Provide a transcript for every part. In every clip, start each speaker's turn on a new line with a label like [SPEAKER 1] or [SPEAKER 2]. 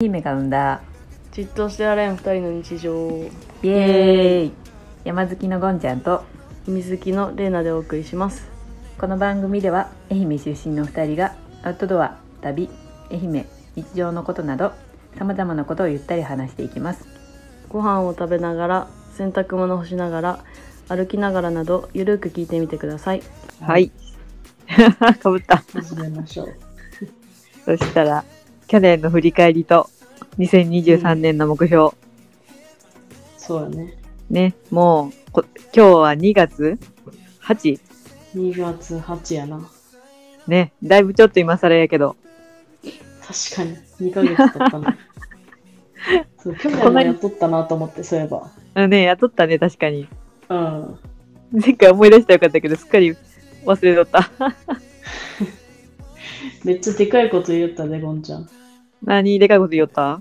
[SPEAKER 1] 姫が生んだ
[SPEAKER 2] じっとしてられん二人の日常
[SPEAKER 1] イエーイ山好きのゴンちゃんと
[SPEAKER 2] 水木のレイナでお送りします
[SPEAKER 1] この番組では愛媛出身の2人がアウトドア旅愛媛日常のことなどさまざまなことをゆったり話していきます
[SPEAKER 2] ご飯を食べながら洗濯物干しながら歩きながらなどゆるく聞いてみてください
[SPEAKER 3] はい。 かぶった。
[SPEAKER 4] 始めましょう。
[SPEAKER 3] そしたら、去年の振り返りと、2023年の目標。
[SPEAKER 4] そうやね。
[SPEAKER 3] ね、もうこ、今日は2月 8?
[SPEAKER 4] 2月8やな。
[SPEAKER 3] ね、だいぶちょっと今更やけど。
[SPEAKER 4] 確かに、2ヶ月経ったな。 そう去年もやっとったなと思って、そういえば。
[SPEAKER 3] あのね、雇ったね、確かに。
[SPEAKER 4] うん。
[SPEAKER 3] 前回思い出したらよかったけど、すっかり忘れとった。
[SPEAKER 4] めっちゃでかいこと言ったで、ゴンちゃん。
[SPEAKER 3] 何でかいこと言おった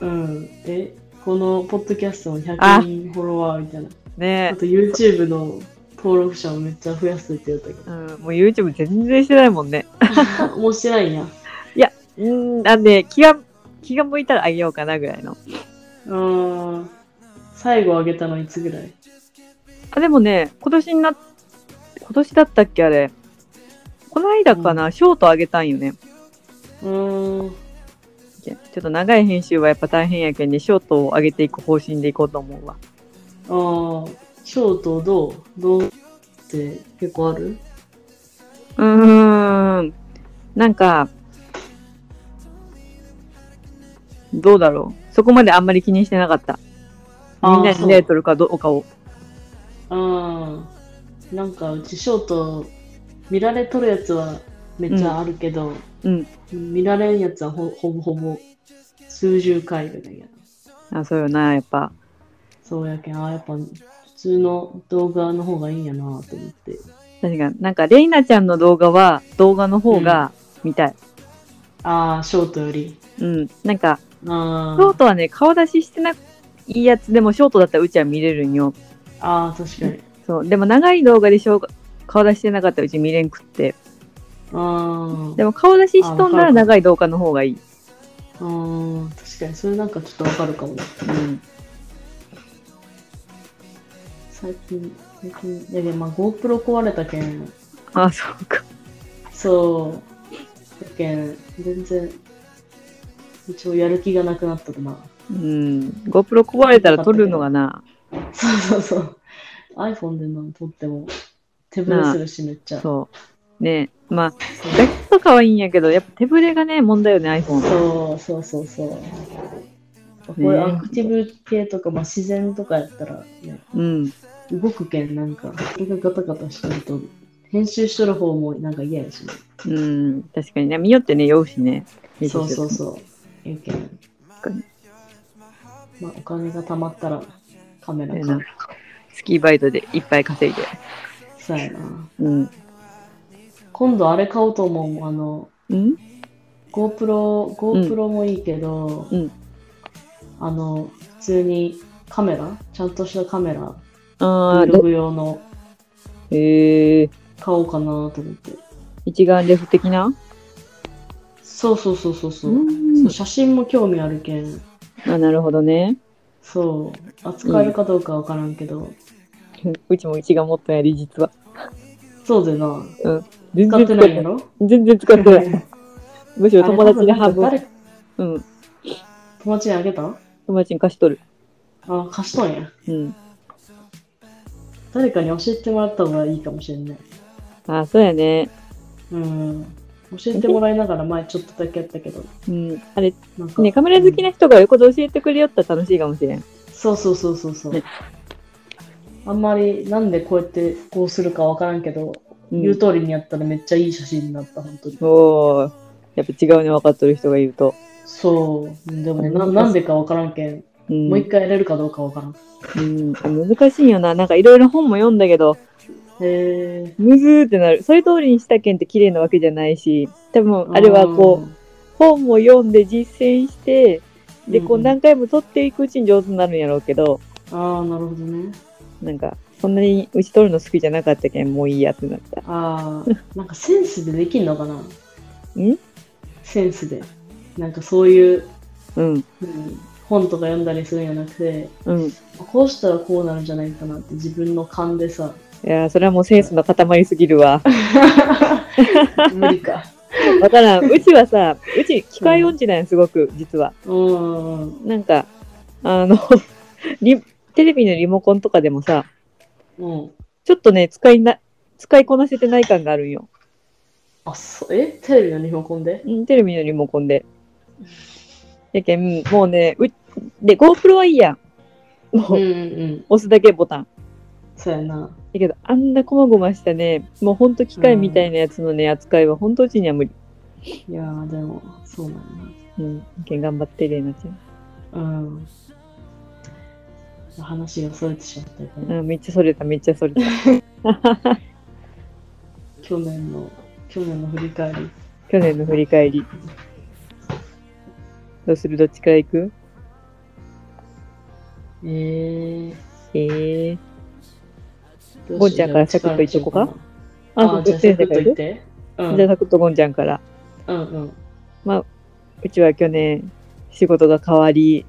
[SPEAKER 4] うん。え、このポッドキャストの100人フォロワーみたいな。あ
[SPEAKER 3] ね
[SPEAKER 4] と YouTube の登録者をめっちゃ増やすって言ったけ
[SPEAKER 3] うん、もう YouTube 全然してないもんね。
[SPEAKER 4] ど。もうしてないんや。
[SPEAKER 3] うん、なんで、気が、気が向いたらあげようかなぐらいの。
[SPEAKER 4] うん。最後あげたのいつぐらい
[SPEAKER 3] あ、でもね、今年にな、今年だったっけあれ。この間かな、ショートあげたんよね。
[SPEAKER 4] うん。
[SPEAKER 3] ちょっと長い編集はやっぱ大変やけんね、ショートを上げていく方針でいこうと思うわ。
[SPEAKER 4] あーショートどうどうって結構ある
[SPEAKER 3] うーん。なんか、どうだろう。そこまであんまり気にしてなかった。
[SPEAKER 4] あー
[SPEAKER 3] みんなにね、撮るかどうかを。
[SPEAKER 4] ああ、なんかうちショート見られとるやつはめっちゃあるけど、
[SPEAKER 3] うん
[SPEAKER 4] 見られんやつはほほぼほぼ数十回ぐらいやな。
[SPEAKER 3] あそうよな、やっぱ。
[SPEAKER 4] そうやけん、ああ、やっぱ普通の動画の方がいいんやなと思って。
[SPEAKER 3] 確かに。なんか、レイナちゃんの動画は、動画の方が見たい。
[SPEAKER 4] ああ、ショートより。
[SPEAKER 3] うん。なんか、
[SPEAKER 4] あ
[SPEAKER 3] ショートはね、顔出ししてないいやつでも、ショートだったらうちは見れるんよ。
[SPEAKER 4] あ、ああ、確かに。
[SPEAKER 3] そう。でも、長い動画でしょうが顔出してなかったらうち見れんくって。
[SPEAKER 4] あ
[SPEAKER 3] でも顔出ししとんなら長い動画の方がいい。
[SPEAKER 4] あ、うん、確かに、それなんかちょっとわかるかもね。
[SPEAKER 3] うん。
[SPEAKER 4] 最近、最近、いやでもまあ GoPro 壊れたけん、
[SPEAKER 3] あ、そうか。
[SPEAKER 4] そう。だけん、全然、一応やる気がなくなったな。
[SPEAKER 3] うん。GoPro 壊れたら撮るのがな。
[SPEAKER 4] そうそうそう。iPhone でなん撮っても、手ぶれするし、めっちゃ。そう
[SPEAKER 3] そう。ねまあ、ガキとかはいいんやけど、やっぱ手ぶれがね、問題よね、iPhone。
[SPEAKER 4] そうそうそうそう。こういうアクティブ系とか、まあ、自然とかやったら、ね、
[SPEAKER 3] うん。
[SPEAKER 4] 動くけん、なんか、それがガタガタしてると、編集しとる方もなんか嫌やしね。
[SPEAKER 3] うん。確かにね、見よってね、酔うしね。
[SPEAKER 4] そうそう
[SPEAKER 3] う。
[SPEAKER 4] そう。やけん。
[SPEAKER 3] 確かに
[SPEAKER 4] まあ、お金が貯まったら、カメラ
[SPEAKER 3] ええ
[SPEAKER 4] 買
[SPEAKER 3] な
[SPEAKER 4] う。
[SPEAKER 3] スキーバイトでいっぱい稼いで。
[SPEAKER 4] そうやな。
[SPEAKER 3] うん。
[SPEAKER 4] 今度あれ買おうと思う。あの、
[SPEAKER 3] うん
[SPEAKER 4] GoPro、GoPro もいいけど、
[SPEAKER 3] うん
[SPEAKER 4] あの、普通にカメラちゃんとしたカメラ、
[SPEAKER 3] ああ、
[SPEAKER 4] Vlog 用の
[SPEAKER 3] ええ
[SPEAKER 4] 買おうかなと思って。
[SPEAKER 3] 一眼レフ的な
[SPEAKER 4] そうそうそうそうそう、
[SPEAKER 3] ん
[SPEAKER 4] そう。写真も興味あるけん、
[SPEAKER 3] あ、なるほどね。
[SPEAKER 4] そう、扱えるかどうかわからんけど、
[SPEAKER 3] うちも一眼持ったんやり、実は。
[SPEAKER 4] そうでな、
[SPEAKER 3] 全
[SPEAKER 4] 使ってないやろ
[SPEAKER 3] 全然使って ない。むしろ友達に
[SPEAKER 4] あれ多
[SPEAKER 3] 半分。
[SPEAKER 4] 分誰
[SPEAKER 3] うん。
[SPEAKER 4] 友達にあげた
[SPEAKER 3] 友達に貸しとる。
[SPEAKER 4] あ、貸しとんや。
[SPEAKER 3] うん。
[SPEAKER 4] 誰かに教えてもらった方がいいかもしれない。
[SPEAKER 3] あ、そうやね。
[SPEAKER 4] うん。教えてもらいながら前ちょっとだけやったけど、
[SPEAKER 3] うん。あれ、
[SPEAKER 4] なんか。
[SPEAKER 3] ね、カメラ好きな人が横で教えてくれよったら楽しいかもしれん。
[SPEAKER 4] そうそうそうそうそう。
[SPEAKER 3] ね
[SPEAKER 4] あんまりなんでこうやってこうするかわからんけど、
[SPEAKER 3] うん
[SPEAKER 4] 言う通りにやったらめっちゃいい写真になった、本当に。
[SPEAKER 3] おー。やっぱ違うね、分かっとる人がいると。
[SPEAKER 4] そう。でもな
[SPEAKER 3] うん
[SPEAKER 4] なんでかわからんけん、
[SPEAKER 3] うん。
[SPEAKER 4] もう一回やれるかどうかわからん。
[SPEAKER 3] うん、難しいよな。なんかいろいろ本も読んだけど、
[SPEAKER 4] へえ。
[SPEAKER 3] むずーってなる。それ通りにしたけんって綺麗なわけじゃないし、多分あれはこう、
[SPEAKER 4] う。
[SPEAKER 3] 本を読んで実践して、で、こう
[SPEAKER 4] うんうん
[SPEAKER 3] 何回も撮っていくうちに上手になるんやろうけど、
[SPEAKER 4] ああ、なるほどね。
[SPEAKER 3] なんか、そんなにうち取るの好きじゃなかったけん、もういいやってなった。
[SPEAKER 4] ああ、なんかセンスでできんのかな
[SPEAKER 3] うん
[SPEAKER 4] センスで。なんかそういう
[SPEAKER 3] うん、
[SPEAKER 4] うん、本とか読んだりするんじゃなくて、
[SPEAKER 3] うん。い
[SPEAKER 4] こうしたらこうなるんじゃないかなって自分の勘で さ、
[SPEAKER 3] やー、それはもうセンスの塊すぎるわ。
[SPEAKER 4] 無理か。
[SPEAKER 3] わからん。うちはさ、うち機械音痴なんや、すごく、実は。
[SPEAKER 4] うん。
[SPEAKER 3] なんか、あの、 リテレビのリモコンとかでもさ、
[SPEAKER 4] うん。
[SPEAKER 3] ちょっとね、使いな、使いこなせてない感があるんよ。
[SPEAKER 4] あ、そう、えテレビのリモコンで
[SPEAKER 3] うん、テレビのリモコンで。やけん、もうね、う、で、GoPro はいいやん。もう、
[SPEAKER 4] うんうん。
[SPEAKER 3] 押すだけボタン。
[SPEAKER 4] そうやな。
[SPEAKER 3] だけど、あんなこまごましたね、もうほんと機械みたいなやつのね、扱いはほんとうちには無理。
[SPEAKER 4] いやー、でも、そうなん
[SPEAKER 3] うん、やけん頑張って、レイナちゃん。
[SPEAKER 4] だ。うん。話がそれてしまったけど、
[SPEAKER 3] うん、めっちゃそれた、めっちゃそれた。
[SPEAKER 4] 去年の、去年の振り返り。
[SPEAKER 3] 去年の振り返り。どうするどっちから行く
[SPEAKER 4] えー。
[SPEAKER 3] ええー。
[SPEAKER 4] どうしよう
[SPEAKER 3] ゴンちゃんからサクッといっとこか。
[SPEAKER 4] あ、じゃあ
[SPEAKER 3] そ
[SPEAKER 4] サ
[SPEAKER 3] っちの
[SPEAKER 4] クッ
[SPEAKER 3] 方
[SPEAKER 4] と
[SPEAKER 3] がい
[SPEAKER 4] いっ
[SPEAKER 3] い
[SPEAKER 4] て。う
[SPEAKER 3] じゃあ、
[SPEAKER 4] ん。
[SPEAKER 3] サクッとゴンちゃんから。
[SPEAKER 4] うんうん。
[SPEAKER 3] うちは去年、仕事が変わり、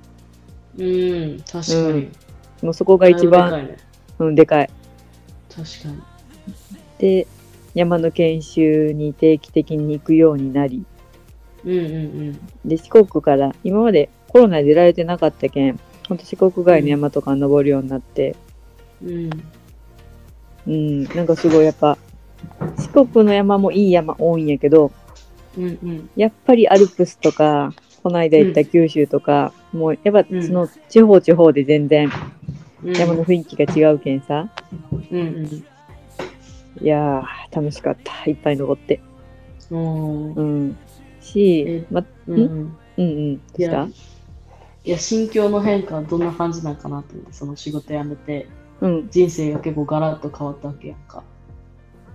[SPEAKER 4] うん、確かに。
[SPEAKER 3] もうそこが一
[SPEAKER 4] だ
[SPEAKER 3] 番、
[SPEAKER 4] いぶでかいね
[SPEAKER 3] うん、でかい。
[SPEAKER 4] 確かに。
[SPEAKER 3] で、山の研修に定期的に行くようになり、
[SPEAKER 4] うんうん
[SPEAKER 3] で、四国から、今までコロナで出られてなかったけん、ほんと四国外の山とか登るようになって、
[SPEAKER 4] うん。う
[SPEAKER 3] う
[SPEAKER 4] ん。
[SPEAKER 3] ん、なんかすごいやっぱ、四国の山もいい山多いんやけど、
[SPEAKER 4] うんうん。
[SPEAKER 3] やっぱりアルプスとか、この間行った九州とか、もうやっぱそ
[SPEAKER 4] うん
[SPEAKER 3] の地方地方で全然
[SPEAKER 4] うん
[SPEAKER 3] 山の雰囲気が違うけんさ、
[SPEAKER 4] うん
[SPEAKER 3] いやー、楽しかった。いっぱい登って。
[SPEAKER 4] うん。おー
[SPEAKER 3] うん。し
[SPEAKER 4] え、
[SPEAKER 3] ま、
[SPEAKER 4] うんん。
[SPEAKER 3] うんうん。どう
[SPEAKER 4] い
[SPEAKER 3] し
[SPEAKER 4] や
[SPEAKER 3] た、
[SPEAKER 4] いや心境の変化はどんな感じなんかなと思って、その仕事辞めて、
[SPEAKER 3] うん。
[SPEAKER 4] 人生が結構ガラッと変わったわけやんか。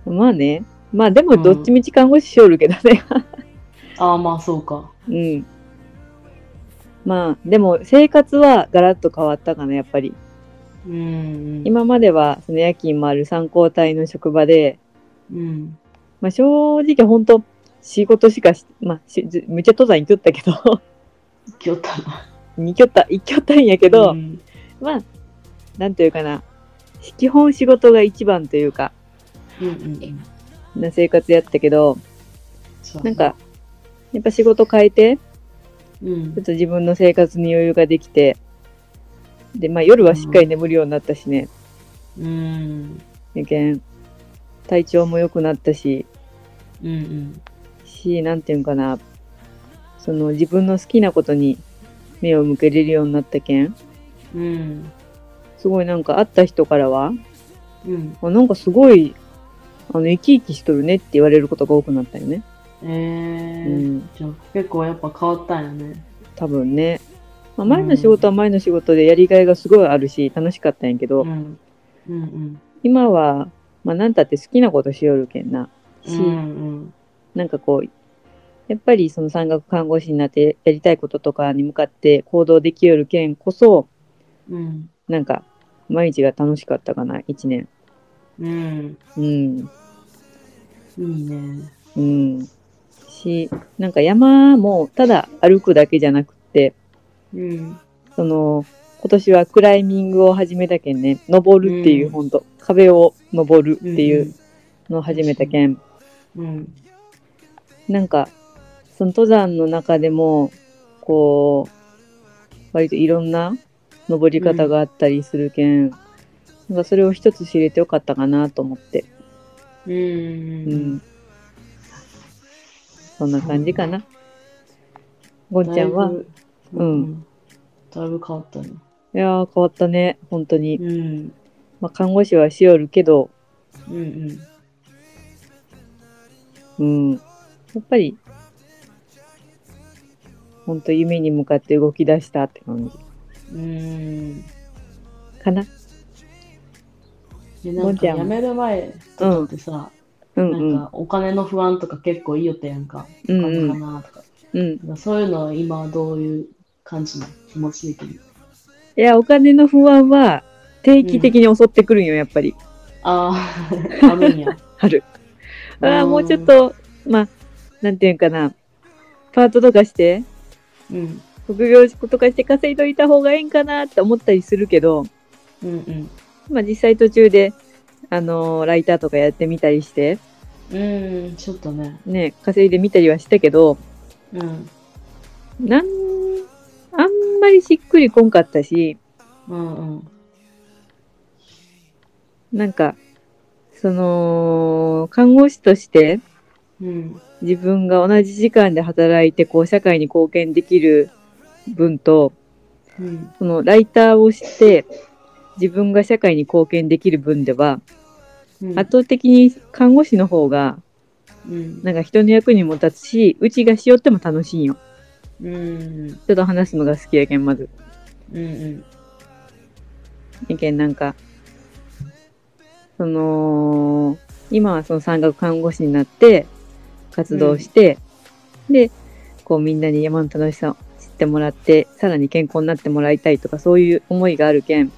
[SPEAKER 3] まあね。まあでも
[SPEAKER 4] うん
[SPEAKER 3] どっちみち看護師しおるけどね。
[SPEAKER 4] ああ、まあそうか。
[SPEAKER 3] うん。まあでも生活はガラッと変わったかな、やっぱり。
[SPEAKER 4] うん。、
[SPEAKER 3] 今まではその夜勤もある参考隊の職場で、
[SPEAKER 4] うん。
[SPEAKER 3] まあ正直本当仕事しかし、まあしずめっちゃ登山行きよったけど、
[SPEAKER 4] きよったな。
[SPEAKER 3] 行きよった、行きよったんやけど、
[SPEAKER 4] うん
[SPEAKER 3] まあ、なんというかな。基本仕事が一番というか、
[SPEAKER 4] うんうんうん。
[SPEAKER 3] な生活やったけど、
[SPEAKER 4] そう
[SPEAKER 3] なんか、やっぱ仕事変えて、
[SPEAKER 4] うん
[SPEAKER 3] ちょっ。と自分の生活に余裕ができて、で、まあ夜はしっかり眠るようになったしね、
[SPEAKER 4] うん。
[SPEAKER 3] やけん、体調も良くなったし、
[SPEAKER 4] うんうん。
[SPEAKER 3] し、なんていうんかな、その自分の好きなことに目を向けれるようになったけん、
[SPEAKER 4] うん。
[SPEAKER 3] すごいなんか会った人からは、
[SPEAKER 4] うん。
[SPEAKER 3] あなんかすごい、あの、生き生きしとるねって言われることが多くなったよね。
[SPEAKER 4] え
[SPEAKER 3] う
[SPEAKER 4] ー。
[SPEAKER 3] ん、
[SPEAKER 4] じゃあ結構やっぱ変わったんやね。
[SPEAKER 3] 多分ね。まあ前の仕事は前の仕事でやりがいがすごいあるし、楽しかったんやけど、
[SPEAKER 4] うん。うんうん。
[SPEAKER 3] 今は、まあ、なんたって好きなことしよるけんな。し、
[SPEAKER 4] うん
[SPEAKER 3] なんかこう、やっぱりその産学看護師になってやりたいこととかに向かって行動できよるけんこそ、
[SPEAKER 4] うん。
[SPEAKER 3] なんか、毎日が楽しかったかな、一年。
[SPEAKER 4] うん。うん。
[SPEAKER 3] うん。
[SPEAKER 4] いいね。
[SPEAKER 3] うん。し、なんか山もただ歩くだけじゃなくって、
[SPEAKER 4] うん。
[SPEAKER 3] その、今年はクライミングを始めたけんね、登るっていう、
[SPEAKER 4] うん
[SPEAKER 3] ほんと、壁を登るっていうのを始めたけん、
[SPEAKER 4] うん。
[SPEAKER 3] なんか、その登山の中でも、こう、割といろんな登り方があったりするけん、なんかそれを一つ知れてよかったかなと思って、
[SPEAKER 4] うん。
[SPEAKER 3] うん。
[SPEAKER 4] うん。
[SPEAKER 3] そんな感じかな。ゴンちゃんは、
[SPEAKER 4] だい
[SPEAKER 3] いう
[SPEAKER 4] ぶうんん。だいぶ変わったね。
[SPEAKER 3] やー変わったね、本当に。
[SPEAKER 4] うん。
[SPEAKER 3] まあ、看護師はしおるけど、
[SPEAKER 4] うんうん。
[SPEAKER 3] うん。やっぱり、本当夢に向かって動き出したって感じ
[SPEAKER 4] うん。
[SPEAKER 3] かな。
[SPEAKER 4] で、なん
[SPEAKER 3] もんち
[SPEAKER 4] か
[SPEAKER 3] ゃん
[SPEAKER 4] 辞める前とかってさ、
[SPEAKER 3] うんう
[SPEAKER 4] なん
[SPEAKER 3] ん。
[SPEAKER 4] かお金の不安とか結構いいよったやんか。
[SPEAKER 3] うん
[SPEAKER 4] お
[SPEAKER 3] う
[SPEAKER 4] 金
[SPEAKER 3] ん。
[SPEAKER 4] かなとか。
[SPEAKER 3] うん。
[SPEAKER 4] なんかそういうのは今はどういう感じの気持ち的に。
[SPEAKER 3] いや、お金の不安は定期的に襲ってくるんよ、やっぱり。
[SPEAKER 4] ああ、あるんや。
[SPEAKER 3] ある。
[SPEAKER 4] うん
[SPEAKER 3] ああ、もうちょっと、まあ、なんていうんかな。パートとかして、
[SPEAKER 4] うん。
[SPEAKER 3] 副業とかして稼いどいた方がええんかなって思ったりするけど、
[SPEAKER 4] うん
[SPEAKER 3] まあ実際途中で、あのーライターとかやってみたりして、
[SPEAKER 4] うん。うん、ちょっとね。
[SPEAKER 3] ね、稼いでみたりはしたけど、
[SPEAKER 4] うん。
[SPEAKER 3] なん、あんまりしっくりこんかったし、
[SPEAKER 4] うんうん。
[SPEAKER 3] なんか、その、看護師として
[SPEAKER 4] うん。
[SPEAKER 3] 自分が同じ時間で働いて、こう、社会に貢献できる分と、
[SPEAKER 4] うん。
[SPEAKER 3] そのライターをして、自分が社会に貢献できる分では、
[SPEAKER 4] うん、
[SPEAKER 3] 圧倒的に看護師の方が、
[SPEAKER 4] うん。
[SPEAKER 3] なんか人の役にも立つし、うちがしよっても楽しいんよ。
[SPEAKER 4] うん。
[SPEAKER 3] ちょっと話すのが好きやけん、まず。
[SPEAKER 4] うんうん。
[SPEAKER 3] やけん、なんか、その、今はその産学看護師になって、活動して、で、こうみんなに山の楽しさを知ってもらって、さらに健康になってもらいたいとか、そういう思いがあるけん、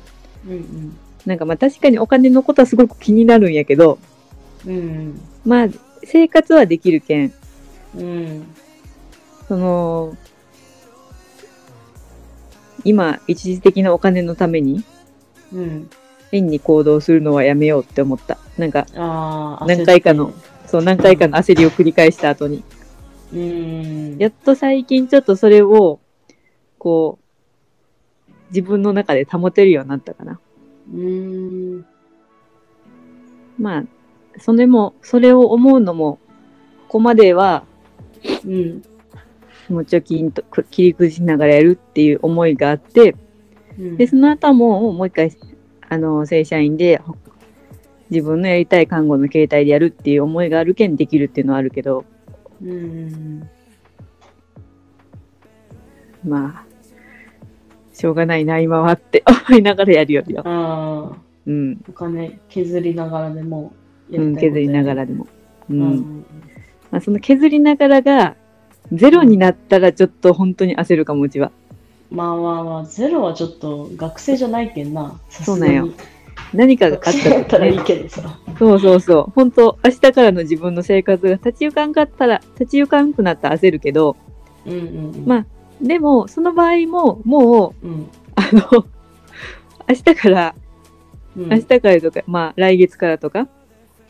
[SPEAKER 4] うん
[SPEAKER 3] なんかまあ確かにお金のことはすごく気になるんやけど、
[SPEAKER 4] うん。うん
[SPEAKER 3] まあ、生活はできるけん、
[SPEAKER 4] うん。うん。
[SPEAKER 3] その、今、一時的なお金のために、
[SPEAKER 4] うん。
[SPEAKER 3] 変に行動するのはやめようって思った。なんか、
[SPEAKER 4] ああ、
[SPEAKER 3] 何回かの。そう、何回かの焦りを繰り返した後に。
[SPEAKER 4] うん。
[SPEAKER 3] やっと最近ちょっとそれを、こう、自分の中で保てるようになったかな。
[SPEAKER 4] うん。
[SPEAKER 3] まあ、それも、それを思うのも、ここまでは、
[SPEAKER 4] うん。
[SPEAKER 3] もう貯金とく切り崩しながらやるっていう思いがあって、
[SPEAKER 4] うん。
[SPEAKER 3] で、その後はもう、もう一回、あの、正社員で、ほ自分のやりたい看護の形態でやるっていう思いがあるけんできるっていうのはあるけど、
[SPEAKER 4] うん。
[SPEAKER 3] まあ、しょうがないな、今はって思いながらやるよりは。
[SPEAKER 4] ああ、
[SPEAKER 3] うん。
[SPEAKER 4] お金削りながらでもや
[SPEAKER 3] う
[SPEAKER 4] り
[SPEAKER 3] ん、
[SPEAKER 4] たいことや
[SPEAKER 3] 削り
[SPEAKER 4] る
[SPEAKER 3] ながら。でも。う。
[SPEAKER 4] うんん。
[SPEAKER 3] まあ、その削りながらが、ゼロになったらちょっと本当に焦るかも、うちは。
[SPEAKER 4] まあまあまあ、ゼロはちょっと学生じゃないけんな。さす
[SPEAKER 3] そう
[SPEAKER 4] が
[SPEAKER 3] なんよ
[SPEAKER 4] に。
[SPEAKER 3] 何かがあっ
[SPEAKER 4] 学
[SPEAKER 3] た
[SPEAKER 4] 生だった
[SPEAKER 3] 時
[SPEAKER 4] らいい
[SPEAKER 3] ね。
[SPEAKER 4] けどさ。
[SPEAKER 3] そうそうそう。本当明日からの自分の生活が立ち行かんかったら、立ち行かんくなったら焦るけど、
[SPEAKER 4] うんうんうん。
[SPEAKER 3] まあでも、その場合も、もう、
[SPEAKER 4] うん。
[SPEAKER 3] あの、 明日から、
[SPEAKER 4] うん。
[SPEAKER 3] 明日からとか、まあ来月からとか、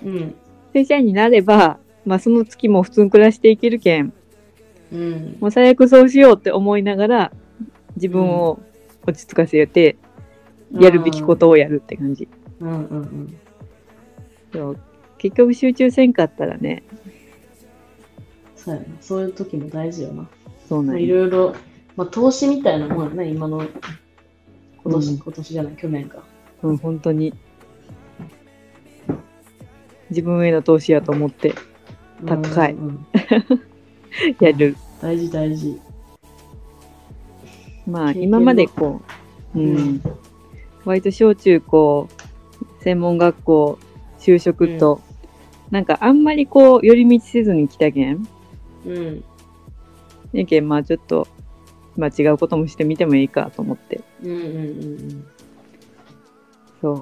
[SPEAKER 4] うん。
[SPEAKER 3] 正社員になれば、まあその月も普通に暮らしていけるけん、
[SPEAKER 4] うん。
[SPEAKER 3] もう最悪そうしようって思いながら、自分を落ち着かせて、やるべきことをやるって感じ。
[SPEAKER 4] うんうんうん。
[SPEAKER 3] そう結局集中せんかったらね、
[SPEAKER 4] そうやな。そういう時も大事よな。
[SPEAKER 3] そう
[SPEAKER 4] ま
[SPEAKER 3] な
[SPEAKER 4] あ
[SPEAKER 3] ん
[SPEAKER 4] い
[SPEAKER 3] よ。
[SPEAKER 4] ろいろ、まあ、投資みたいなもんやね、今の、今年、
[SPEAKER 3] うん
[SPEAKER 4] 今年じゃない、去年か。
[SPEAKER 3] うん、本当に。自分への投資やと思って高い
[SPEAKER 4] うんうん
[SPEAKER 3] やる。
[SPEAKER 4] 大事、大事。
[SPEAKER 3] まあ
[SPEAKER 4] 経験も
[SPEAKER 3] 今までこう、うん、
[SPEAKER 4] うん
[SPEAKER 3] 割と小中高、専門学校、就職と、なんかあんまりこう、寄り道せずに来たけん。
[SPEAKER 4] うん。
[SPEAKER 3] やけん、まあちょっと、まあ違うこともしてみてもいいかと思って。
[SPEAKER 4] うんうん
[SPEAKER 3] そう。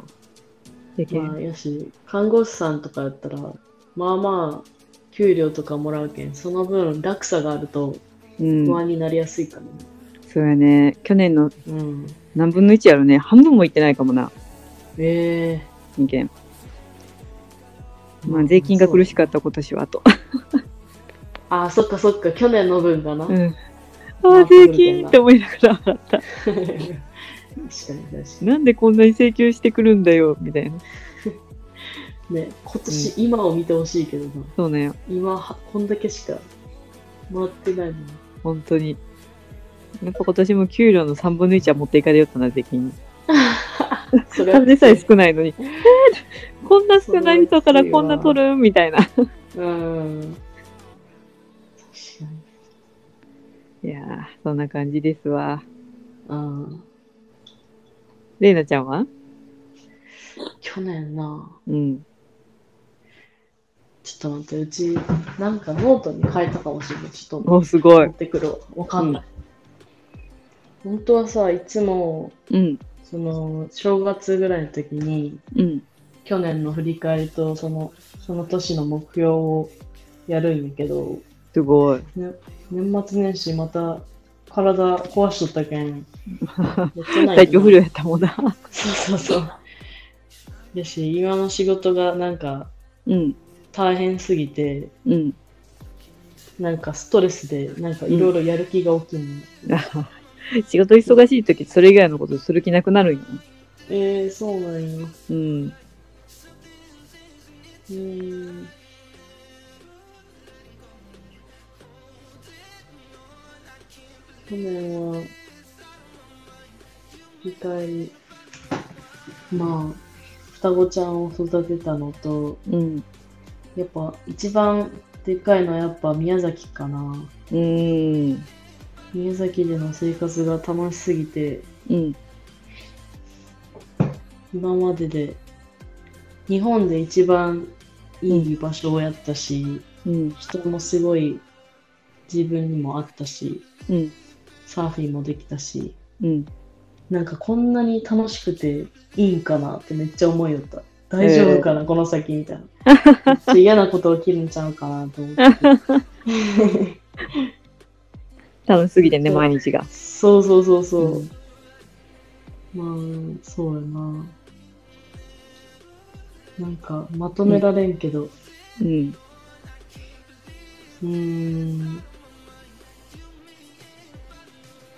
[SPEAKER 3] や
[SPEAKER 4] う
[SPEAKER 3] け
[SPEAKER 4] ん。
[SPEAKER 3] ん、
[SPEAKER 4] まあ、よし、看護師さんとかやったら、まあまあ、給料とかもらうけん、その分、落差があると
[SPEAKER 3] うん
[SPEAKER 4] 不。安になりやすいか
[SPEAKER 3] そうやね。去年の
[SPEAKER 4] らね。うん。
[SPEAKER 3] 何分の1やろね。半分もいってないかもな、
[SPEAKER 4] ええ
[SPEAKER 3] 人間。まあ、税金が苦しかった今年はと。
[SPEAKER 4] ああ、そっかそっか、去年の分がな。
[SPEAKER 3] うん。
[SPEAKER 4] ま
[SPEAKER 3] あ
[SPEAKER 4] あ
[SPEAKER 3] あ、税金って思いながら 払った。
[SPEAKER 4] 確かに確か
[SPEAKER 3] なんでこんなに請求してくるんだよ、みたいな。
[SPEAKER 4] に。ね、今年、今を見てほしいけどな。
[SPEAKER 3] そうなんよ。
[SPEAKER 4] 今はこんだけしか回ってないのに
[SPEAKER 3] 本当に。やっぱ今年も給料の3分の1は持っていかれよったな、税金に。
[SPEAKER 4] それ
[SPEAKER 3] ただでさえ少ないのに。えーこんな少ない人から
[SPEAKER 4] それ
[SPEAKER 3] こ
[SPEAKER 4] は
[SPEAKER 3] んな取るみたいな。
[SPEAKER 4] うん確かに
[SPEAKER 3] いやー、そんな感じですわ。
[SPEAKER 4] うん
[SPEAKER 3] れいなちゃんは
[SPEAKER 4] 去年な
[SPEAKER 3] うん。
[SPEAKER 4] ちょっと待ってうちなんかノートに書いたかもしれないちょっと
[SPEAKER 3] お、すご
[SPEAKER 4] 持
[SPEAKER 3] い
[SPEAKER 4] っ。てくるわわかんない、本当はさいつも
[SPEAKER 3] うん。
[SPEAKER 4] その正月ぐらいの時に
[SPEAKER 3] うん。
[SPEAKER 4] 去年の振り返りとそのその年の目標をやるんやけど
[SPEAKER 3] すごい。
[SPEAKER 4] 年末年始また体壊しとったけ ん。
[SPEAKER 3] 体調不良やったもんな。
[SPEAKER 4] そうそうそう。やし、今の仕事がなんか
[SPEAKER 3] うん、
[SPEAKER 4] 大変すぎて、
[SPEAKER 3] うん。
[SPEAKER 4] なんかストレスで、なんかいろいろやる気が起きんの。
[SPEAKER 3] 仕事忙しい時、それ以外のことする気なくなるんよ。
[SPEAKER 4] えー、そうなんよ。
[SPEAKER 3] うん。
[SPEAKER 4] うーん。去年は、振り返り、まあ、双子ちゃんを育てたのと、
[SPEAKER 3] うん。
[SPEAKER 4] やっぱ一番でかいのはやっぱ宮崎かな。
[SPEAKER 3] うん。
[SPEAKER 4] 宮崎での生活が楽しすぎて、
[SPEAKER 3] うん。
[SPEAKER 4] 今までで日本で一番いい場所をやったし、
[SPEAKER 3] うん。
[SPEAKER 4] 人もすごい自分にもあったし
[SPEAKER 3] うん。
[SPEAKER 4] サーフィンもできたし
[SPEAKER 3] うん。
[SPEAKER 4] なんかこんなに楽しくていいんかなってめっちゃ思いよった大丈夫かな、この先みたいなめっちゃ嫌なこと起きるんちゃうかなと思って
[SPEAKER 3] 楽しすぎてね、
[SPEAKER 4] そう
[SPEAKER 3] 毎日が。
[SPEAKER 4] そうそうそうそう
[SPEAKER 3] う、
[SPEAKER 4] まあそうやななんかまとめられんけど、
[SPEAKER 3] うん。
[SPEAKER 4] うーん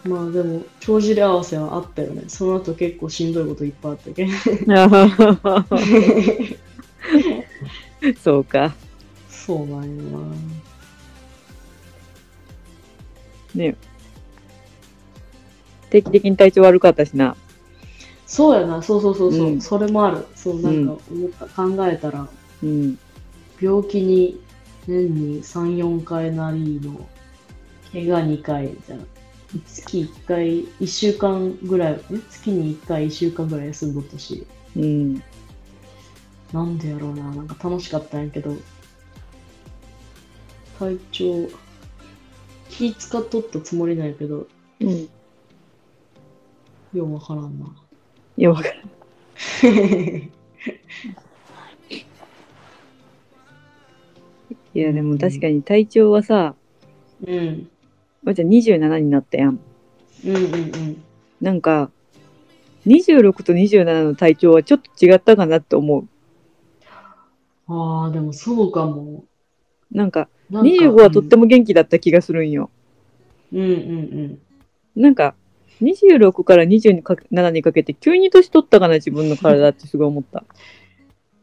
[SPEAKER 4] まあでも、帳尻合わせはあったよね。その後結構しんどいこといっぱいあったけ ど。
[SPEAKER 3] そうか。
[SPEAKER 4] そうなんよな。
[SPEAKER 3] ね定期的に体調悪かったしな。
[SPEAKER 4] そうやな、そうそうそうそう、
[SPEAKER 3] うん
[SPEAKER 4] それもある。そう、なんか思った、考えたら、
[SPEAKER 3] うん。
[SPEAKER 4] 病気に年に3、4回なりの、怪我2回みたいな。月1回、1週間ぐらい、え月に1回、1週間ぐらい休んどったし。
[SPEAKER 3] うん。
[SPEAKER 4] なんでやろうな、なんか楽しかったんやけど、体調、気使っとったつもりなんやけど、
[SPEAKER 3] うん。
[SPEAKER 4] ようわからん な。
[SPEAKER 3] いや、わかる。いや、でも確かに体調はさ、
[SPEAKER 4] うん、
[SPEAKER 3] まーちゃん27になったやん。
[SPEAKER 4] うんうんうん。
[SPEAKER 3] なんか、26と27の体調はちょっと違ったかなって思う。
[SPEAKER 4] ああ、でもそうかも。
[SPEAKER 3] なんか、
[SPEAKER 4] なんか
[SPEAKER 3] 25はとっても元気だった気がするんよ。
[SPEAKER 4] うんうんうん
[SPEAKER 3] なんか、26から27にかけて急に年取ったかな、自分の体ってすごい思った。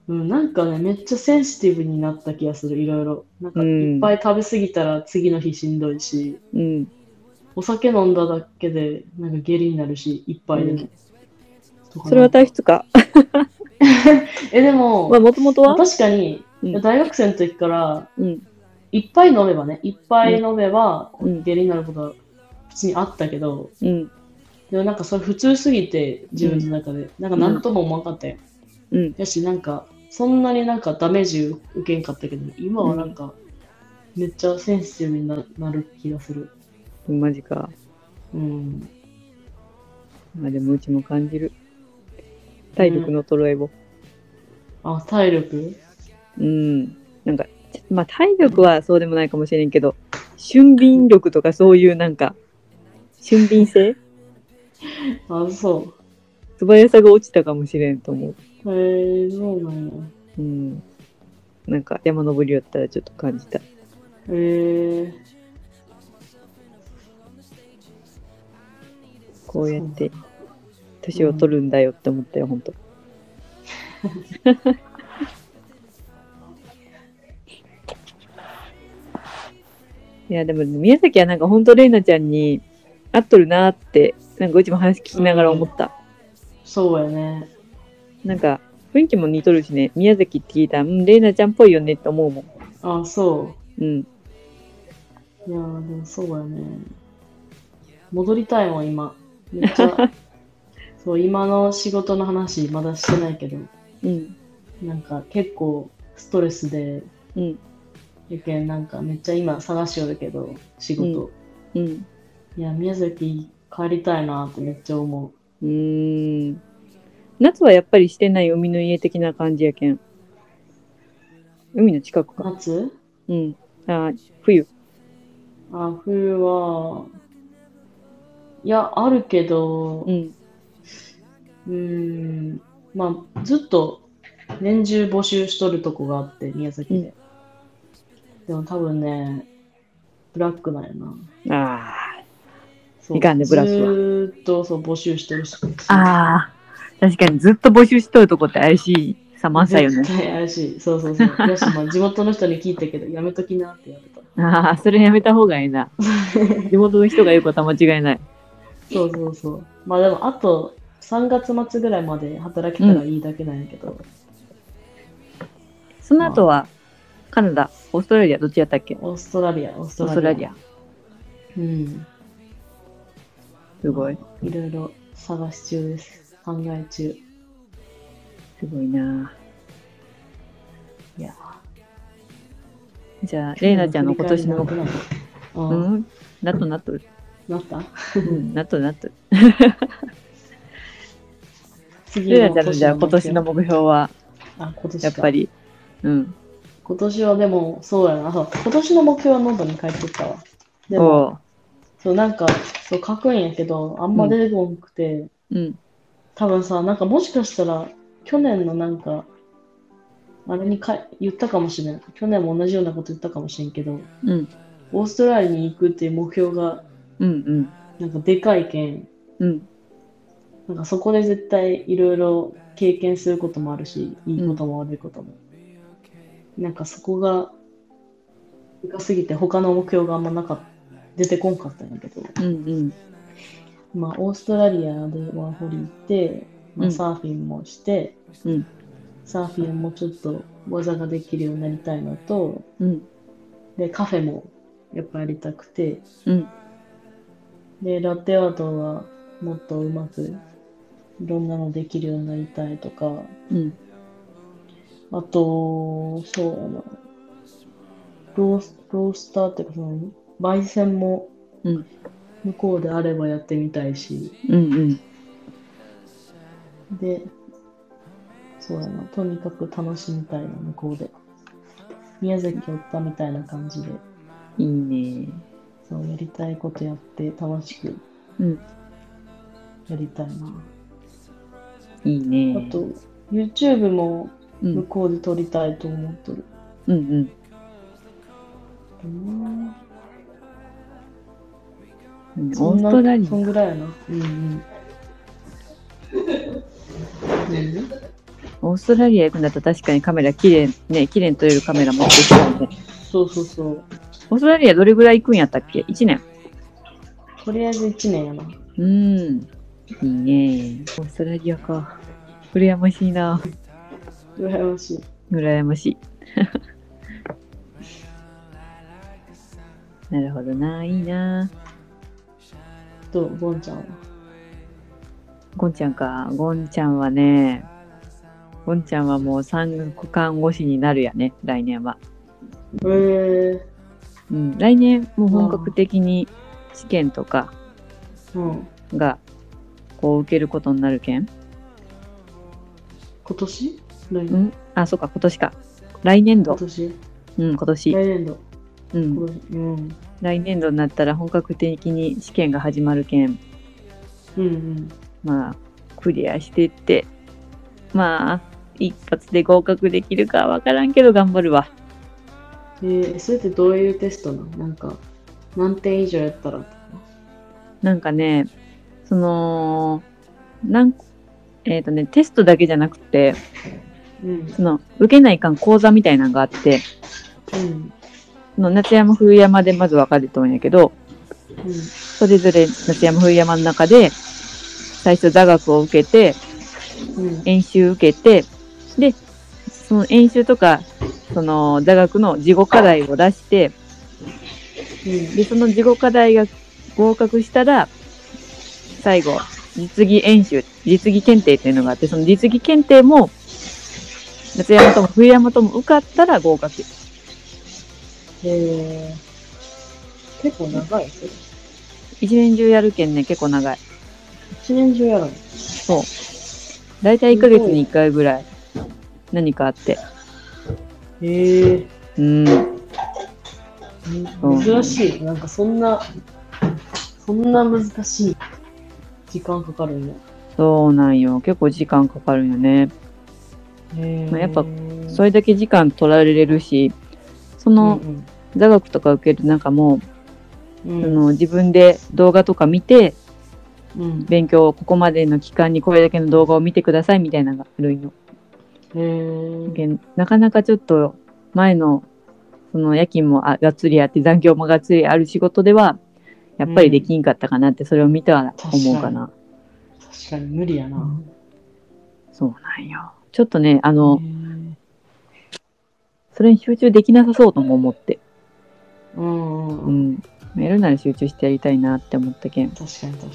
[SPEAKER 4] うん。うん、なんかね、めっちゃセンシティブになった気がする、いろいろ。なんか、
[SPEAKER 3] うん
[SPEAKER 4] いっぱい食べ過ぎたら次の日しんどいし、
[SPEAKER 3] うん。
[SPEAKER 4] お酒飲んだだけで、なんか下痢になるし、いっぱいでも。
[SPEAKER 3] う
[SPEAKER 4] とか
[SPEAKER 3] それは
[SPEAKER 4] なん
[SPEAKER 3] 体
[SPEAKER 4] か
[SPEAKER 3] 質か。
[SPEAKER 4] え、でも、
[SPEAKER 3] まあ、もともとは
[SPEAKER 4] 確かに、
[SPEAKER 3] うん
[SPEAKER 4] 大学生の時から
[SPEAKER 3] うん。
[SPEAKER 4] いっぱい飲めばねいっぱい飲めば
[SPEAKER 3] うん
[SPEAKER 4] 下痢になることは普通にあったけど、
[SPEAKER 3] うん。
[SPEAKER 4] でもなんかそれ普通すぎて自分の中で、なんか何とも思わんかったよ、
[SPEAKER 3] うん。
[SPEAKER 4] やしなんかそんなになんかダメージ受けんかったけど今はなんか、めっちゃセンシティブにななる気がする
[SPEAKER 3] マジか。
[SPEAKER 4] うん
[SPEAKER 3] まあ、でもうちも感じる。体力の衰えを。
[SPEAKER 4] あ体力
[SPEAKER 3] うん。なんか、ちょまあ、体力はそうでもないかもしれんけど、俊敏力とかそういうなんか、俊敏性
[SPEAKER 4] あそ
[SPEAKER 3] 素早さが落ちたかもしれんと思う。
[SPEAKER 4] うへえそうなんや
[SPEAKER 3] うん。なんか、山登りやったらちょっと感じた。
[SPEAKER 4] へえ
[SPEAKER 3] こうやって、年を取るんだよって思ったよ、ほんと。 いや、でも、宮崎はなんか、ほんと、玲奈ちゃんに合っとるなーって、なんか、うちも話聞きながら思った。
[SPEAKER 4] そうやね
[SPEAKER 3] なんか、雰囲気も似とるしね、宮崎って聞いたら、うん、玲奈ちゃんっぽいよねって思うもん。
[SPEAKER 4] あそう
[SPEAKER 3] うん。
[SPEAKER 4] いやーでもそうやね。戻りたいもん、今。めっ ちゃ。そう、今の仕事の話、まだしてないけど、
[SPEAKER 3] うん。
[SPEAKER 4] なんか結構ストレスで、
[SPEAKER 3] うん。
[SPEAKER 4] やけん、なんかめっちゃ今探しよるけど、仕事。
[SPEAKER 3] うん。
[SPEAKER 4] いや、宮崎帰りたいなってめっちゃ思
[SPEAKER 3] うーん。夏はやっぱりしてない海の家的な感じやけん。海の近く
[SPEAKER 4] う。
[SPEAKER 3] か。
[SPEAKER 4] 夏
[SPEAKER 3] うん。あー冬。
[SPEAKER 4] あ、冬は、いや、あるけど
[SPEAKER 3] う、ん。
[SPEAKER 4] うーん、まあ、ずっと年中募集しとるとこがあって、宮崎で。でも多分ね、ブラックなんやな。
[SPEAKER 3] あ
[SPEAKER 4] そう
[SPEAKER 3] いかんねブラックは
[SPEAKER 4] ずーっとそう募集してるし。
[SPEAKER 3] あ。ああ。確かにずっと募集しとるとこって怪しいさ満載よ ね。
[SPEAKER 4] 絶対怪しい。そうそうそう。 だし、まあ、地元の人に聞いたけど、やめときなって言われた。
[SPEAKER 3] ああ、それやめた方がいい な。地元の人が言うことは間違いない。
[SPEAKER 4] そうそうそう。まあでも、あと3月末ぐらいまで働けたらいいだけなんやけど、
[SPEAKER 3] その後は、カナダ、オーストラリア、どっちやったっけ
[SPEAKER 4] オーストラリア、オース
[SPEAKER 3] オ
[SPEAKER 4] ト
[SPEAKER 3] ースト
[SPEAKER 4] ラリ
[SPEAKER 3] ラ
[SPEAKER 4] ア。
[SPEAKER 3] リア。
[SPEAKER 4] うん。
[SPEAKER 3] すごい。。
[SPEAKER 4] いろいろ探し中です。考え中。
[SPEAKER 3] すごいな。
[SPEAKER 4] いや、
[SPEAKER 3] じゃあ、レイナちゃんの今年の
[SPEAKER 4] 振。り返り長くな
[SPEAKER 3] う
[SPEAKER 4] る。うん、
[SPEAKER 3] ん。なっとなっとる。
[SPEAKER 4] なった
[SPEAKER 3] うん、なっとるなっとる。
[SPEAKER 4] 次
[SPEAKER 3] レイナちゃんのじゃあ今年の
[SPEAKER 4] 目
[SPEAKER 3] 目標は、
[SPEAKER 4] 標。あ、今年か
[SPEAKER 3] やっぱ。り。うん。
[SPEAKER 4] 今年はでも、そうやな。そう今年の目標はノートに書いてったわ。でも、
[SPEAKER 3] おう。
[SPEAKER 4] そうなんか、そう書くんやけど、あんま出てこなくて、
[SPEAKER 3] うん。
[SPEAKER 4] 多分さ、なんかもしかしたら、去年のなんか、あれにか言ったかもしれん。去年も同じようなこと言ったかもしれんけど、
[SPEAKER 3] うん。
[SPEAKER 4] オーストラリアに行くっていう目標が、
[SPEAKER 3] うん。うん。
[SPEAKER 4] なんかでかいけん、
[SPEAKER 3] うん。
[SPEAKER 4] なんかそこで絶対いろいろ経験することもあるし、いいことも悪いことも。なんかそこが、でかすぎて他の目標があんまなかった、出てこんかったんだけど、
[SPEAKER 3] うん。うん。
[SPEAKER 4] まあオーストラリアでワーホリ行って、ま
[SPEAKER 3] う
[SPEAKER 4] あ、
[SPEAKER 3] ん
[SPEAKER 4] サーフィンもして、
[SPEAKER 3] うん
[SPEAKER 4] サーフィンもちょっと技ができるようになりたいのと、
[SPEAKER 3] うん。
[SPEAKER 4] で、カフェもやっぱやりたくて、
[SPEAKER 3] うん
[SPEAKER 4] で、ラテアートはもっとうまくいろんなのできるようになりたいとか、
[SPEAKER 3] うん。
[SPEAKER 4] あと、そうやな、ロースロースターっていうかその、焙煎も
[SPEAKER 3] うん
[SPEAKER 4] 向こうであればやってみたいし、
[SPEAKER 3] うん。うん。
[SPEAKER 4] で、そうやな、とにかく楽しみたいな、向こうで。宮崎おったみたいな感じで、
[SPEAKER 3] いいね。
[SPEAKER 4] そうやりたいことやって楽しく
[SPEAKER 3] うん。
[SPEAKER 4] やりたいな。
[SPEAKER 3] いいね。
[SPEAKER 4] あと、YouTube も
[SPEAKER 3] う
[SPEAKER 4] 向
[SPEAKER 3] ん。
[SPEAKER 4] こうで撮りたいと思っとる。
[SPEAKER 3] うん。うん。
[SPEAKER 4] うん、
[SPEAKER 3] うん
[SPEAKER 4] そ
[SPEAKER 3] オー
[SPEAKER 4] ん
[SPEAKER 3] ス
[SPEAKER 4] な
[SPEAKER 3] トラリ
[SPEAKER 4] そんぐらいやな。うんうん。何
[SPEAKER 3] ア、オーストラリア行くんだったら確かにカメラ綺麗ね、綺麗に撮れるカメラ持ってきたんで。
[SPEAKER 4] そうそうそう。
[SPEAKER 3] オーストラリアどれぐらい行くんやったっけ ?1 年。
[SPEAKER 4] とりあえず1年やな。
[SPEAKER 3] うーん。いいね。オーストラリアか。羨ましいな。
[SPEAKER 4] 羨ましい。
[SPEAKER 3] 羨ましい。なるほどな。いいな。
[SPEAKER 4] と、ボンちゃんは。
[SPEAKER 3] ゴンちゃんか。ゴンちゃんはね、ゴンちゃんはもう産後看護師になるやね、来年は。
[SPEAKER 4] えー、
[SPEAKER 3] うん、来年もう本格的に試験とか
[SPEAKER 4] うん。
[SPEAKER 3] がこう受けることになるけん。
[SPEAKER 4] 今年来
[SPEAKER 3] う
[SPEAKER 4] 年
[SPEAKER 3] ん、あ、そうか、今年か。来年
[SPEAKER 4] 今
[SPEAKER 3] 度。
[SPEAKER 4] 年
[SPEAKER 3] うん、今年。
[SPEAKER 4] 来年度。
[SPEAKER 3] うん、
[SPEAKER 4] 今年うん。
[SPEAKER 3] 来年度になったら本格的に試験が始まるけん、
[SPEAKER 4] うんうん。
[SPEAKER 3] まあ、クリアしてって、まあ、一発で合格できるかわからんけど頑張るわ。
[SPEAKER 4] えー、それってどういうテストなのなんか、何点以上やったらとか。
[SPEAKER 3] なんかね、その、なんえっ、とね、テストだけじゃなくて、
[SPEAKER 4] うん。
[SPEAKER 3] その、受けないかん講座みたいなのがあって、
[SPEAKER 4] うん。
[SPEAKER 3] その夏山冬山でまず分かれとるんやけど、
[SPEAKER 4] うん。
[SPEAKER 3] それぞれ夏山冬山の中で、最初座学を受けて、
[SPEAKER 4] うん。
[SPEAKER 3] 演習受けて、で、その演習とか、その座学の事後課題を出して、
[SPEAKER 4] うん
[SPEAKER 3] で、その事後課題が合格したら、最後、実技演習、実技検定っていうのがあって、その実技検定も、夏山とも冬山とも受かったら合格。
[SPEAKER 4] えー、結構長いそれ
[SPEAKER 3] 一年中やるけんね、結構長い。
[SPEAKER 4] 一年中やろ。
[SPEAKER 3] だいたい1ヶ月に1回ぐらい、何かあって。
[SPEAKER 4] ええ
[SPEAKER 3] うん。
[SPEAKER 4] 珍しい。なんかそんな、そんな難しい。時間かかるんや。
[SPEAKER 3] そうなんよ。結構時間かかるよね。まあやっぱそれだけ時間取られるし、その
[SPEAKER 4] うん
[SPEAKER 3] 座学とか受けるなんかも、
[SPEAKER 4] うん
[SPEAKER 3] その自分で動画とか見て、
[SPEAKER 4] うん
[SPEAKER 3] 勉強をここまでの期間にこれだけの動画を見てくださいみたいなのがあるんよ。
[SPEAKER 4] へー
[SPEAKER 3] けんなかなかちょっと前のその夜勤もあがっつりやって残業もがっつりある仕事ではやっぱりできんかったかなってそれを見たら思うかな。
[SPEAKER 4] 確かに無理やな。
[SPEAKER 3] そうなんよ。ちょっとね、あ
[SPEAKER 4] へ
[SPEAKER 3] の、
[SPEAKER 4] ー
[SPEAKER 3] それに集中できなさそうとも思って。
[SPEAKER 4] うんうん
[SPEAKER 3] う
[SPEAKER 4] うん
[SPEAKER 3] ん。やるなら集中してやりたいなって思ったけん。
[SPEAKER 4] 確かに確か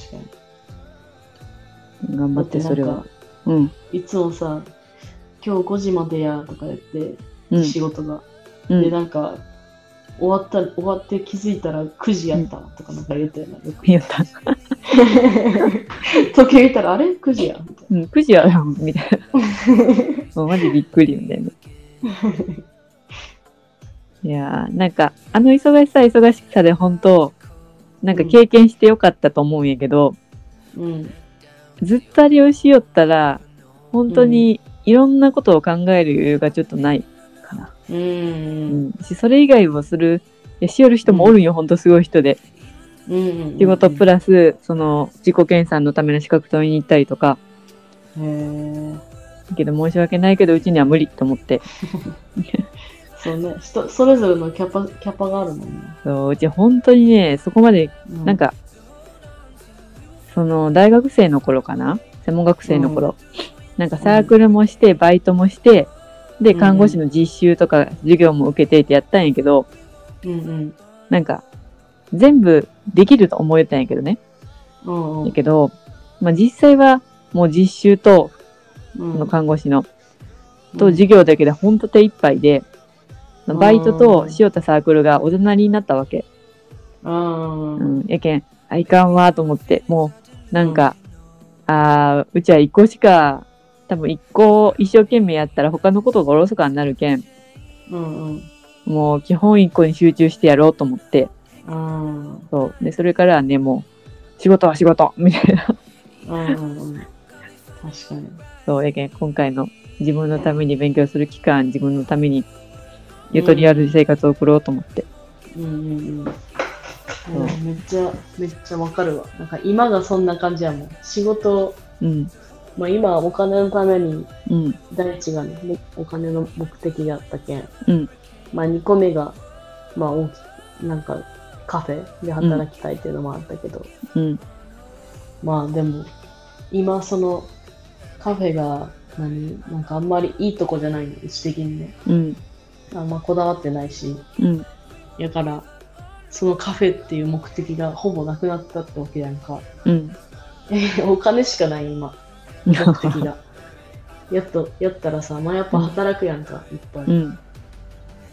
[SPEAKER 4] に。
[SPEAKER 3] 頑張ってそれ
[SPEAKER 4] だなん
[SPEAKER 3] は
[SPEAKER 4] か。
[SPEAKER 3] うん。
[SPEAKER 4] いつもさ、今日5時までやとか言って、
[SPEAKER 3] うん。
[SPEAKER 4] 仕事が。
[SPEAKER 3] う
[SPEAKER 4] で、
[SPEAKER 3] ん。
[SPEAKER 4] なんか、終わった、終わって気づいたら9時やったとかなんか言ってたよなよく
[SPEAKER 3] やった。
[SPEAKER 4] 時計見たら、あれ ?9 時やみたい
[SPEAKER 3] うん。9時やらん みたいな。もうマジびっくりみたいな。いやー、なんか、あの忙しさ忙しさで本当、なんか経験してよかったと思うんやけど、
[SPEAKER 4] な。うん。
[SPEAKER 3] ずっとあれをしよったら、本当にいろんなことを考える余裕がちょっとないかな。
[SPEAKER 4] う。
[SPEAKER 3] うんん。し、それ以外をする、いやしよる人もおるんよ、ほんとすごい人で。
[SPEAKER 4] うん。
[SPEAKER 3] 仕事プ
[SPEAKER 4] ラ
[SPEAKER 3] ラス、その、自己研鑽のための資格取りに行ったりとか、
[SPEAKER 4] へー
[SPEAKER 3] けど申し訳ないけど、うちには無理と思って。
[SPEAKER 4] そうね。人それぞれのキャパ、キャパがあるもんね。
[SPEAKER 3] そう、うち本当にね、そこまで、
[SPEAKER 4] う
[SPEAKER 3] なん、か、その、大学生の頃かな専門学生の頃。なんかサークルもして、バイトもして、で、看護師の実習とか授業も受けていてやったんやけど、
[SPEAKER 4] うんうん。
[SPEAKER 3] なんか、全部できると思えたんやけどね。
[SPEAKER 4] うんう
[SPEAKER 3] や
[SPEAKER 4] ん
[SPEAKER 3] けど、まあ実際は、もう実習と、
[SPEAKER 4] うん
[SPEAKER 3] その看護師のと授業だけでほんと手一杯で、
[SPEAKER 4] うん
[SPEAKER 3] バイトと塩田サークルがお隣になったわけ。
[SPEAKER 4] うん
[SPEAKER 3] う
[SPEAKER 4] うん
[SPEAKER 3] ん、やけん、あいかんわと思って、もう、なんか、ああ、うちは一個しか、多分一個を一生懸命やったら他のことがおろそかになるけん、
[SPEAKER 4] うん
[SPEAKER 3] もう基本一個に集中してやろうと思って、
[SPEAKER 4] うんうん
[SPEAKER 3] そう。で、それからはね、もう、仕事は仕事みたい な。
[SPEAKER 4] うん確かに
[SPEAKER 3] そう、やけん、今回の自分のために勉強する期間、自分のために、ゆとりある生活を送ろうと思って。
[SPEAKER 4] うんうんうん
[SPEAKER 3] う
[SPEAKER 4] めっちゃめっちゃわかるわなんか今がそんな感じやもん仕事、
[SPEAKER 3] うん、
[SPEAKER 4] まあ、今はお金のために
[SPEAKER 3] うん、
[SPEAKER 4] 第一がねもお金の目的があったけん、
[SPEAKER 3] うん
[SPEAKER 4] まあ2個目がまあ大きくなんかカフェで働きたいっていうのもあったけど、
[SPEAKER 3] うん。
[SPEAKER 4] まあでも今そのカフェが何なんかあんまりいいとこじゃないのうち的にね
[SPEAKER 3] うん、
[SPEAKER 4] あんまこだわってないし
[SPEAKER 3] うん、
[SPEAKER 4] やからそのカフェっていう目的がほぼなくなったってわけやんか
[SPEAKER 3] うん。
[SPEAKER 4] お金しかない今目的が やっとやったらさまあやっぱ働くやんかいっぱい、
[SPEAKER 3] うん。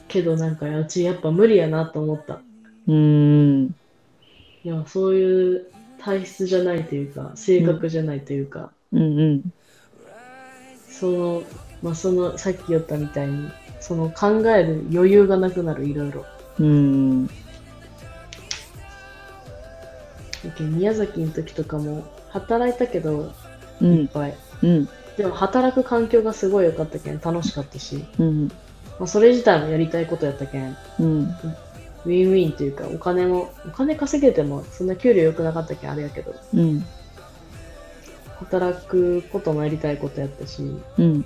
[SPEAKER 4] けどなんかうちやっぱ無理やなと思った
[SPEAKER 3] うーん。
[SPEAKER 4] いやそういう体質じゃないというか性格じゃないというか、
[SPEAKER 3] うん、うん。
[SPEAKER 4] そのまあそのさっき言ったみたいにその考える余裕がなくなるいろいろ
[SPEAKER 3] うーん。
[SPEAKER 4] だけど宮崎の時とかも働いたけど
[SPEAKER 3] う
[SPEAKER 4] いっ
[SPEAKER 3] ん。
[SPEAKER 4] ぱい
[SPEAKER 3] うん。
[SPEAKER 4] でも働く環境がすごい良かったけん楽しかったし、
[SPEAKER 3] うん。
[SPEAKER 4] まあ、それ自体もやりたいことやったけん
[SPEAKER 3] うん。
[SPEAKER 4] ウィンウィンというかお金もお金稼げてもそんな給料良くなかったけんあれやけど
[SPEAKER 3] うん。
[SPEAKER 4] 働くこともやりたいことやったし
[SPEAKER 3] うん。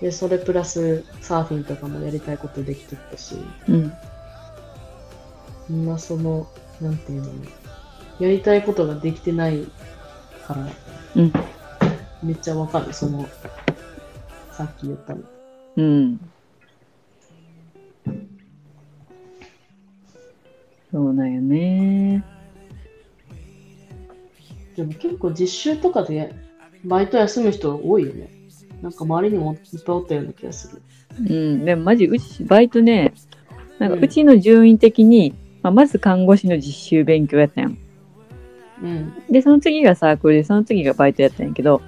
[SPEAKER 4] でそれプラスサーフィンとかもやりたいことできてったし
[SPEAKER 3] うん。
[SPEAKER 4] みんなそのなんていうのやりたいことができてないから
[SPEAKER 3] うん。
[SPEAKER 4] めっちゃわかるそのさっき言ったの
[SPEAKER 3] うん。そうだよね。
[SPEAKER 4] でも結構実習とかでバイト休む人多いよね。なんか周りにもいっぱいおったような気がする。
[SPEAKER 3] うん。でもマジ、うち、バイトね、なんか
[SPEAKER 4] うん
[SPEAKER 3] うちの順位的に、まあ、まず看護師の実習勉強やったんよ
[SPEAKER 4] うん。
[SPEAKER 3] で、その次がサークルで、その次がバイトやったんやけど、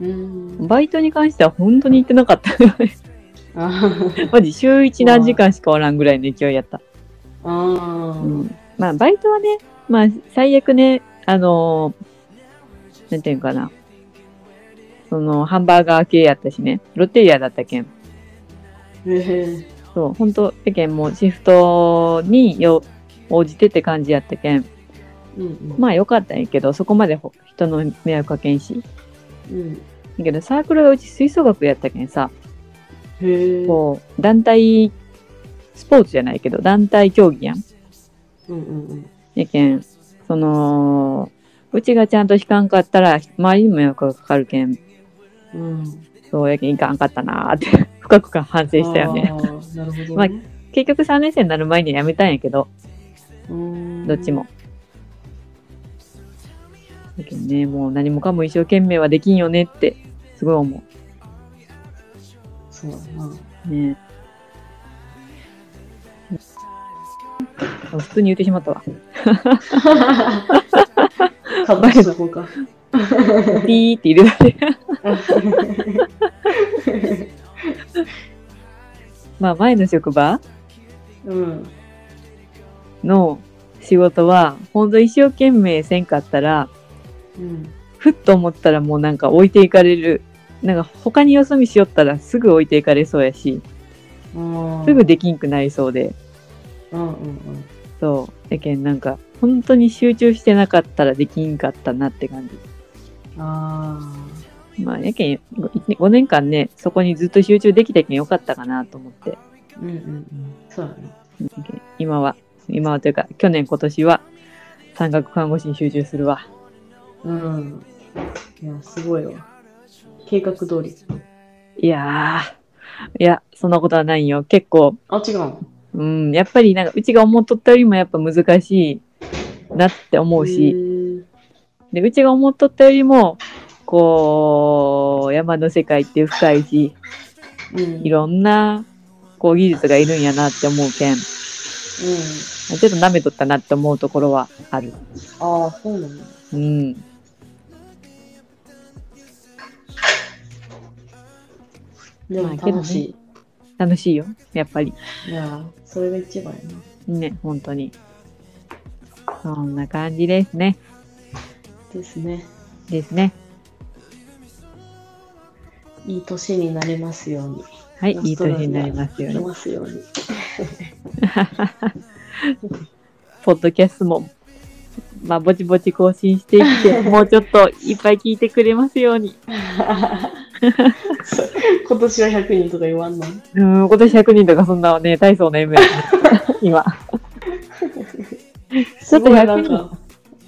[SPEAKER 4] うん。
[SPEAKER 3] バイトに関しては本当に行ってなかった。
[SPEAKER 4] あー
[SPEAKER 3] マジ、週1何時間しかおらんぐらいの勢いやった。
[SPEAKER 4] あ
[SPEAKER 3] う
[SPEAKER 4] ー。
[SPEAKER 3] んまあバイトはね、まあ最悪ね、あのーなんていうんかな。その、ハンバーガー系やったしね。ロッテリアだったけん。
[SPEAKER 4] へえ。
[SPEAKER 3] そう、本当やけんもうシフトによ応じてって感じやったけん。
[SPEAKER 4] うんうん。
[SPEAKER 3] まあよかったんやけど、そこまでほ人の迷惑かけんし。
[SPEAKER 4] うん。
[SPEAKER 3] だけどサークルがうち吹奏楽やったけんさ、
[SPEAKER 4] へえ。
[SPEAKER 3] こう、団体、スポーツじゃないけど、団体競技やん。
[SPEAKER 4] うんうんうん。
[SPEAKER 3] やけん、その、うちがちゃんと弾かんかったら、周りにも迷惑がかかるけん、
[SPEAKER 4] うん。
[SPEAKER 3] そうやけんいかんかったなーって、 深く反省したよね。
[SPEAKER 4] あー。なるほど、ね。
[SPEAKER 3] まあ結局3年生になる前に辞めたんやけど、
[SPEAKER 4] うーん
[SPEAKER 3] どっちも。。だけどね、もう何もかも一生懸命はできんよねって、すごい思
[SPEAKER 4] そうだな。
[SPEAKER 3] う。ねあ普通に言ってしまった わ。
[SPEAKER 4] カットしとこうか。
[SPEAKER 3] ピーって入れたね。まあ前の職場
[SPEAKER 4] うん。
[SPEAKER 3] の仕事は、ほんと一生懸命せんかったら、
[SPEAKER 4] うん。
[SPEAKER 3] ふっと思ったらもうなんか置いていかれる。なんか他によそ見しよったらすぐ置いていかれそうやし、
[SPEAKER 4] あー
[SPEAKER 3] すぐできんくなりそうで。
[SPEAKER 4] うんうんうん。
[SPEAKER 3] そう。やけんなんか、本当に集中してなかったらできんかったなって感
[SPEAKER 4] あ
[SPEAKER 3] じ。まあ、やけん、5年間ね、そこにずっと集中できたけんよかったかなと思って。
[SPEAKER 4] あ。うんうんうん。そうだね。
[SPEAKER 3] やけん今は、今はというか、去年今年は、産学看護師に集中するわ。
[SPEAKER 4] うん。いや、すごいわ。計画通り。
[SPEAKER 3] いやー、いや、そんなことはないよ。結構、
[SPEAKER 4] あ、違うの
[SPEAKER 3] うん、やっぱりなんか、うちが思っとったよりもやっぱ難しいなって思うし、
[SPEAKER 4] し。
[SPEAKER 3] で、うちが思っとったよりも、こう、山の世界って深いし、
[SPEAKER 4] うん。
[SPEAKER 3] いろんな、こう、技術がいるんやなって思うけん、ちょっと舐めとったなって思うところはある。
[SPEAKER 4] うん。ああ、そうなの、ね。
[SPEAKER 3] うん。
[SPEAKER 4] でも
[SPEAKER 3] まあけどね
[SPEAKER 4] 楽し
[SPEAKER 3] 楽しいよ、やっぱり。
[SPEAKER 4] い。いや、それが一番やな。
[SPEAKER 3] ね、本当に。そんな感じですね。
[SPEAKER 4] ですね。
[SPEAKER 3] ですね。
[SPEAKER 4] いい年になりますように。
[SPEAKER 3] はい、
[SPEAKER 4] ラ
[SPEAKER 3] い
[SPEAKER 4] ス
[SPEAKER 3] い
[SPEAKER 4] トだね
[SPEAKER 3] 年になりますよう
[SPEAKER 4] なり
[SPEAKER 3] に。
[SPEAKER 4] ますよう に。
[SPEAKER 3] ポッドキャストも、まあ、ぼちぼち更新してい って、もうちょっといっぱい聞いてくれますように。
[SPEAKER 4] そう今年は100人とか言わんの
[SPEAKER 3] うん、今年100人とかそんなね、大層な夢やね 今。
[SPEAKER 4] すごいな
[SPEAKER 3] 100
[SPEAKER 4] ん
[SPEAKER 3] 人
[SPEAKER 4] か、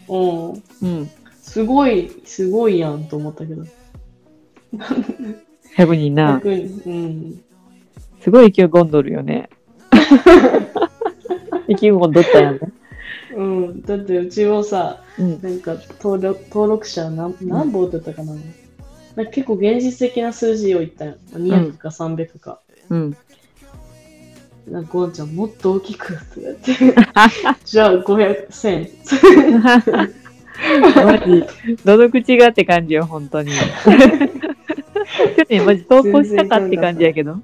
[SPEAKER 4] うん。
[SPEAKER 3] うん。
[SPEAKER 4] すごい、すごいやんと思ったけど。
[SPEAKER 3] 100人な。
[SPEAKER 4] 100人。うん。
[SPEAKER 3] すごい勢い込んどるよ ね。勢い込んどったよね。
[SPEAKER 4] うん、だってうちもさ、
[SPEAKER 3] うん。
[SPEAKER 4] なんか登録登録者何何本だったかな、なんか結構現実的な数字を言ったよ。200か300か。
[SPEAKER 3] うん。
[SPEAKER 4] なんかゴンちゃんもっと大きくって言って じゃあ500、1000。
[SPEAKER 3] マジ、どの口がって感じよ、本当に。去年マジ投稿したかって感じやけど。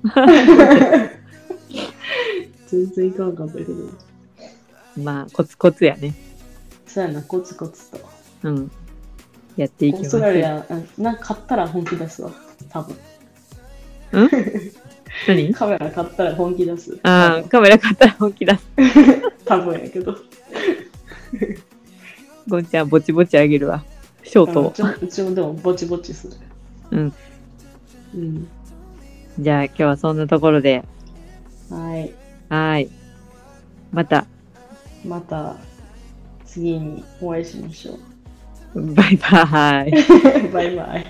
[SPEAKER 4] 全然いかんかったけど。
[SPEAKER 3] まあ、コツコツやね。
[SPEAKER 4] そうやな、コツコツと。
[SPEAKER 3] うん。やっていき
[SPEAKER 4] オ
[SPEAKER 3] ま
[SPEAKER 4] ース
[SPEAKER 3] す
[SPEAKER 4] ト。ラリア、うんなんか買ったら本気出すわ。多分。
[SPEAKER 3] 何
[SPEAKER 4] カメラ買ったら本気出す。
[SPEAKER 3] ああ、カメラ買ったら本気だ。
[SPEAKER 4] 多分やけど。
[SPEAKER 3] ゴンちゃん、ぼちぼちあげるわ。ショート
[SPEAKER 4] う
[SPEAKER 3] を。
[SPEAKER 4] ちもうちもでもぼちぼちする。
[SPEAKER 3] うん。
[SPEAKER 4] うん。
[SPEAKER 3] じゃあ、今日はそんなところで。
[SPEAKER 4] はい。
[SPEAKER 3] はーい。また、
[SPEAKER 4] また次にお会いしましょう。
[SPEAKER 3] バイバーイ。
[SPEAKER 4] バイバイ。